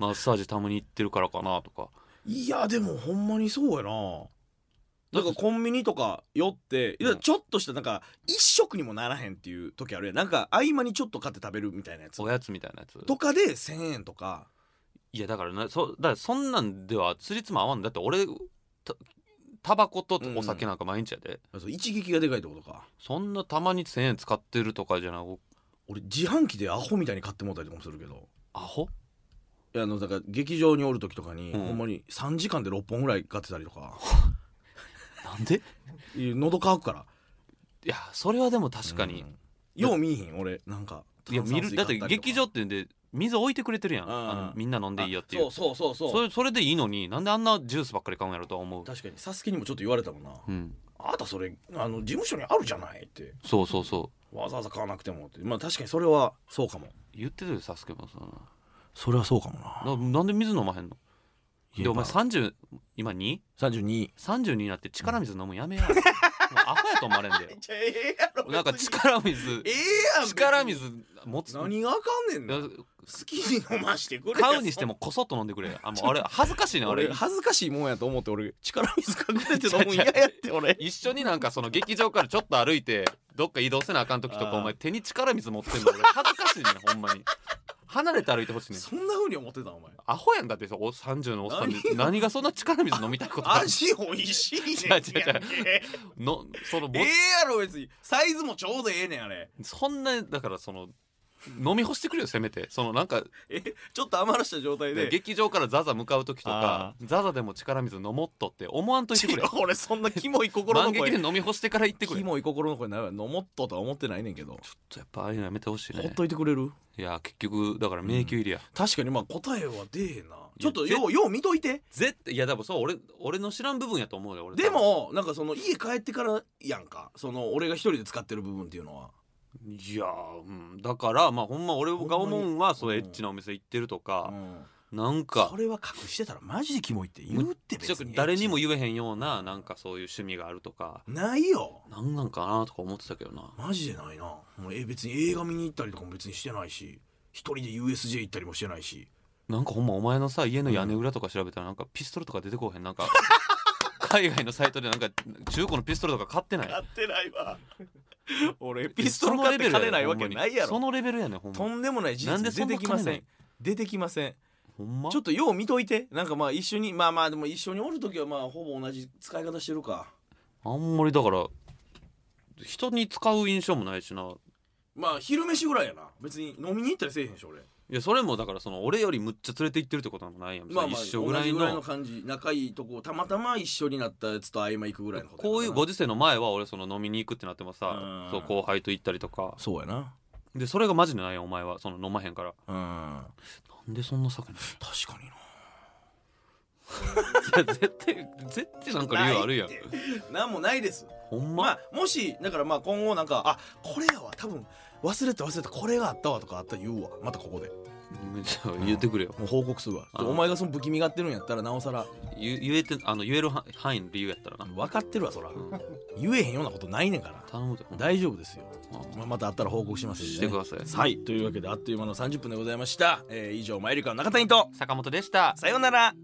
Speaker 4: マッサージたまに行ってるからかなとか
Speaker 5: いやでもほんまにそうやな
Speaker 4: だ
Speaker 5: な
Speaker 4: っ
Speaker 5: ん
Speaker 4: て
Speaker 5: かコンビニとか寄っていや
Speaker 4: うん
Speaker 5: ちょっとしたなんか一食にもならへんっていう時あるやんなんか合間にちょっと買って食べるみたいなやつ
Speaker 4: おやつみたいなやつ
Speaker 5: とかで1,000円とか
Speaker 4: いやだからなそだからそんなんではつりつま合わんだって俺たタバコとお酒なんか毎日やで、
Speaker 5: そう一撃がでかいってことか
Speaker 4: そんなたまに1,000円使ってるとかじゃない
Speaker 5: 俺自販機でアホみたいに買ってもうたりとかもするけど
Speaker 4: アホ
Speaker 5: いやあのだから劇場におる時とかに、
Speaker 4: うん
Speaker 5: ほんまに3時間で6本ぐらい買ってたりとか
Speaker 4: なんで
Speaker 5: いや喉乾くから
Speaker 4: いやそれはでも確かに、
Speaker 5: うんよう見いひん俺なんか
Speaker 4: いや見るだって
Speaker 5: 炭酸水買
Speaker 4: 劇
Speaker 5: た
Speaker 4: 場
Speaker 5: りとか
Speaker 4: ってんで水置いてくれてるやん、
Speaker 5: うん
Speaker 4: あのみんな飲んでいいよっていう
Speaker 5: あそうそうそう
Speaker 4: そ
Speaker 5: そう
Speaker 4: れそれでいいのになんであんなジュースばっかり買うんやろとは思う、
Speaker 5: 確かにサスケにもちょっと言われたもんな、
Speaker 4: うん、
Speaker 5: あなたそれあの事務所にあるじゃないって
Speaker 4: そうそうそう
Speaker 5: わざわざ買わなくてもってまあ確かにそれはそうかも
Speaker 4: 言ってたよサスケもさ
Speaker 5: それはそうかもな
Speaker 4: ななんで水飲まへんの
Speaker 5: いや
Speaker 4: でお前
Speaker 5: まあ
Speaker 4: 30今 2?32
Speaker 5: 32
Speaker 4: になって力水飲むやめや、もうアホやと思われん だよ
Speaker 5: じゃあええやろ
Speaker 4: なんか力水
Speaker 5: ええやん
Speaker 4: 力水持つ
Speaker 5: 何があかんねんな好きに飲ましてくれ
Speaker 4: 買うにしてもこそっと飲んでくれあもうあれ恥ずかしいねあ
Speaker 5: 俺
Speaker 4: れ
Speaker 5: 恥ずかしいもんやと思って俺力水隠れて飲むん嫌やって俺
Speaker 4: 一緒になんかその劇場からちょっと歩いてどっか移動せなあかん時と
Speaker 5: あ
Speaker 4: か
Speaker 5: ー
Speaker 4: お前手に力水持ってんの俺恥ずかしいねんほんまに離れて歩いてほしいねん
Speaker 5: そんな風に思ってたお前
Speaker 4: アホやんだってお30のおっさんで
Speaker 5: 何
Speaker 4: 何がそんな力水飲みたいことある
Speaker 5: 味美味しいねん
Speaker 4: 違う違う違う
Speaker 5: え
Speaker 4: のその
Speaker 5: え
Speaker 4: ぼ
Speaker 5: やろ別にサイズもちょうどええねんあれ
Speaker 4: そんなだからその飲み干してくれよせめてそのなんか
Speaker 5: えちょっと余らした状態で
Speaker 4: 劇場からザザ向かう時とかザザでも力水飲もっとって思わんといてくれ
Speaker 5: 俺そんなキモい心
Speaker 4: 万
Speaker 5: の
Speaker 4: 劇
Speaker 5: 声
Speaker 4: で飲み干してから行ってくれ
Speaker 5: キ
Speaker 4: ちょっ
Speaker 5: モい心の声になるのもっととは思ってないねんけど
Speaker 4: とやっぱああいうのやめてほしい
Speaker 5: ほっ
Speaker 4: ね
Speaker 5: といてくれる
Speaker 4: いや結局だから迷宮入りや、
Speaker 5: 確かにまあ答えは出えなちょっと
Speaker 4: いや
Speaker 5: ようよう見といて
Speaker 4: 絶対いやでもそう俺俺の知らん部分やと思うよ俺
Speaker 5: でもなんかその家帰ってからやんかその俺が一人で使ってる部分っていうのはい
Speaker 4: やーうんだからまあほんま俺が思うんはそううんエッチなお店行ってると
Speaker 5: う
Speaker 4: か、
Speaker 5: ん
Speaker 4: なんか
Speaker 5: それは隠してたらマジでキモいって言うって別
Speaker 4: ちょっ
Speaker 5: に
Speaker 4: と誰にも言えへんようななんかそういう趣味があるとか
Speaker 5: ないよ
Speaker 4: なんなんかなとか思ってたけどな
Speaker 5: マジでないなもうえ別に映画見に行ったりとかも別にしてないし一人で USJ 行ったりもしてないし
Speaker 4: なんかほんまお前のさ家の屋根裏とか調べたらなんかピストルとか出てこうへんなん か海外のサイトでなんか中古のピストルとか買ってない
Speaker 5: ってない わ俺
Speaker 4: そのレベルやね
Speaker 5: と
Speaker 4: ほんまにそのレベルやねんほんま
Speaker 5: んでもない事
Speaker 4: なんで
Speaker 5: 実
Speaker 4: そ
Speaker 5: 出
Speaker 4: んな
Speaker 5: てきませ
Speaker 4: 金なん
Speaker 5: 出てきません
Speaker 4: ほんま
Speaker 5: ちょっとよう見といてなんかまあ一緒にまあまあでも一緒におる時はまあほぼ同じ使い方してるか
Speaker 4: あんまりだから人に使う印象もないしな
Speaker 5: まあ昼飯ぐらいやな別に飲みに行ったりせえへんし俺
Speaker 4: いやそれもだからその俺よりむっちゃ連れて行ってるってこともないやん、
Speaker 5: まあまあ
Speaker 4: 一緒ぐらいの
Speaker 5: 同じ感じ仲いいとこたまたま一緒になったやつと合間行くぐらいのとや
Speaker 4: こういう
Speaker 5: から
Speaker 4: ご時世の前は俺その飲みに行くってなっても
Speaker 5: う
Speaker 4: さ
Speaker 5: ん
Speaker 4: そう後輩と行ったりとか
Speaker 5: そうやな
Speaker 4: でそれがマジでないやんお前はその飲まへんから
Speaker 5: うん
Speaker 4: なんでそんな酒飲む
Speaker 5: 確かにな
Speaker 4: のいや 絶対絶対なんか理由あるやん
Speaker 5: ないなんもないです
Speaker 4: ほんま、
Speaker 5: まあもしだからまあ今後なんかあこれやわ多分忘れて忘れてこれがあったわとかあったら言うわまたここで
Speaker 4: めっちゃ言ってくれよ
Speaker 5: もう報告するわ
Speaker 4: あの
Speaker 5: お前がその不気味がってるんやったらなおさら
Speaker 4: 言言えてあの言える範範囲の理由やったらな、
Speaker 5: 分かってるわそら
Speaker 4: うん
Speaker 5: 言えへんようなことないねんから
Speaker 4: 頼むでほんま
Speaker 5: 大丈夫ですよ
Speaker 4: あ
Speaker 5: まあまたあったら報告しますんでね
Speaker 4: してください
Speaker 5: はいというわけであっという間の30分でございました、えー以上マイリカの中谷と
Speaker 4: 坂本でした
Speaker 5: さようなら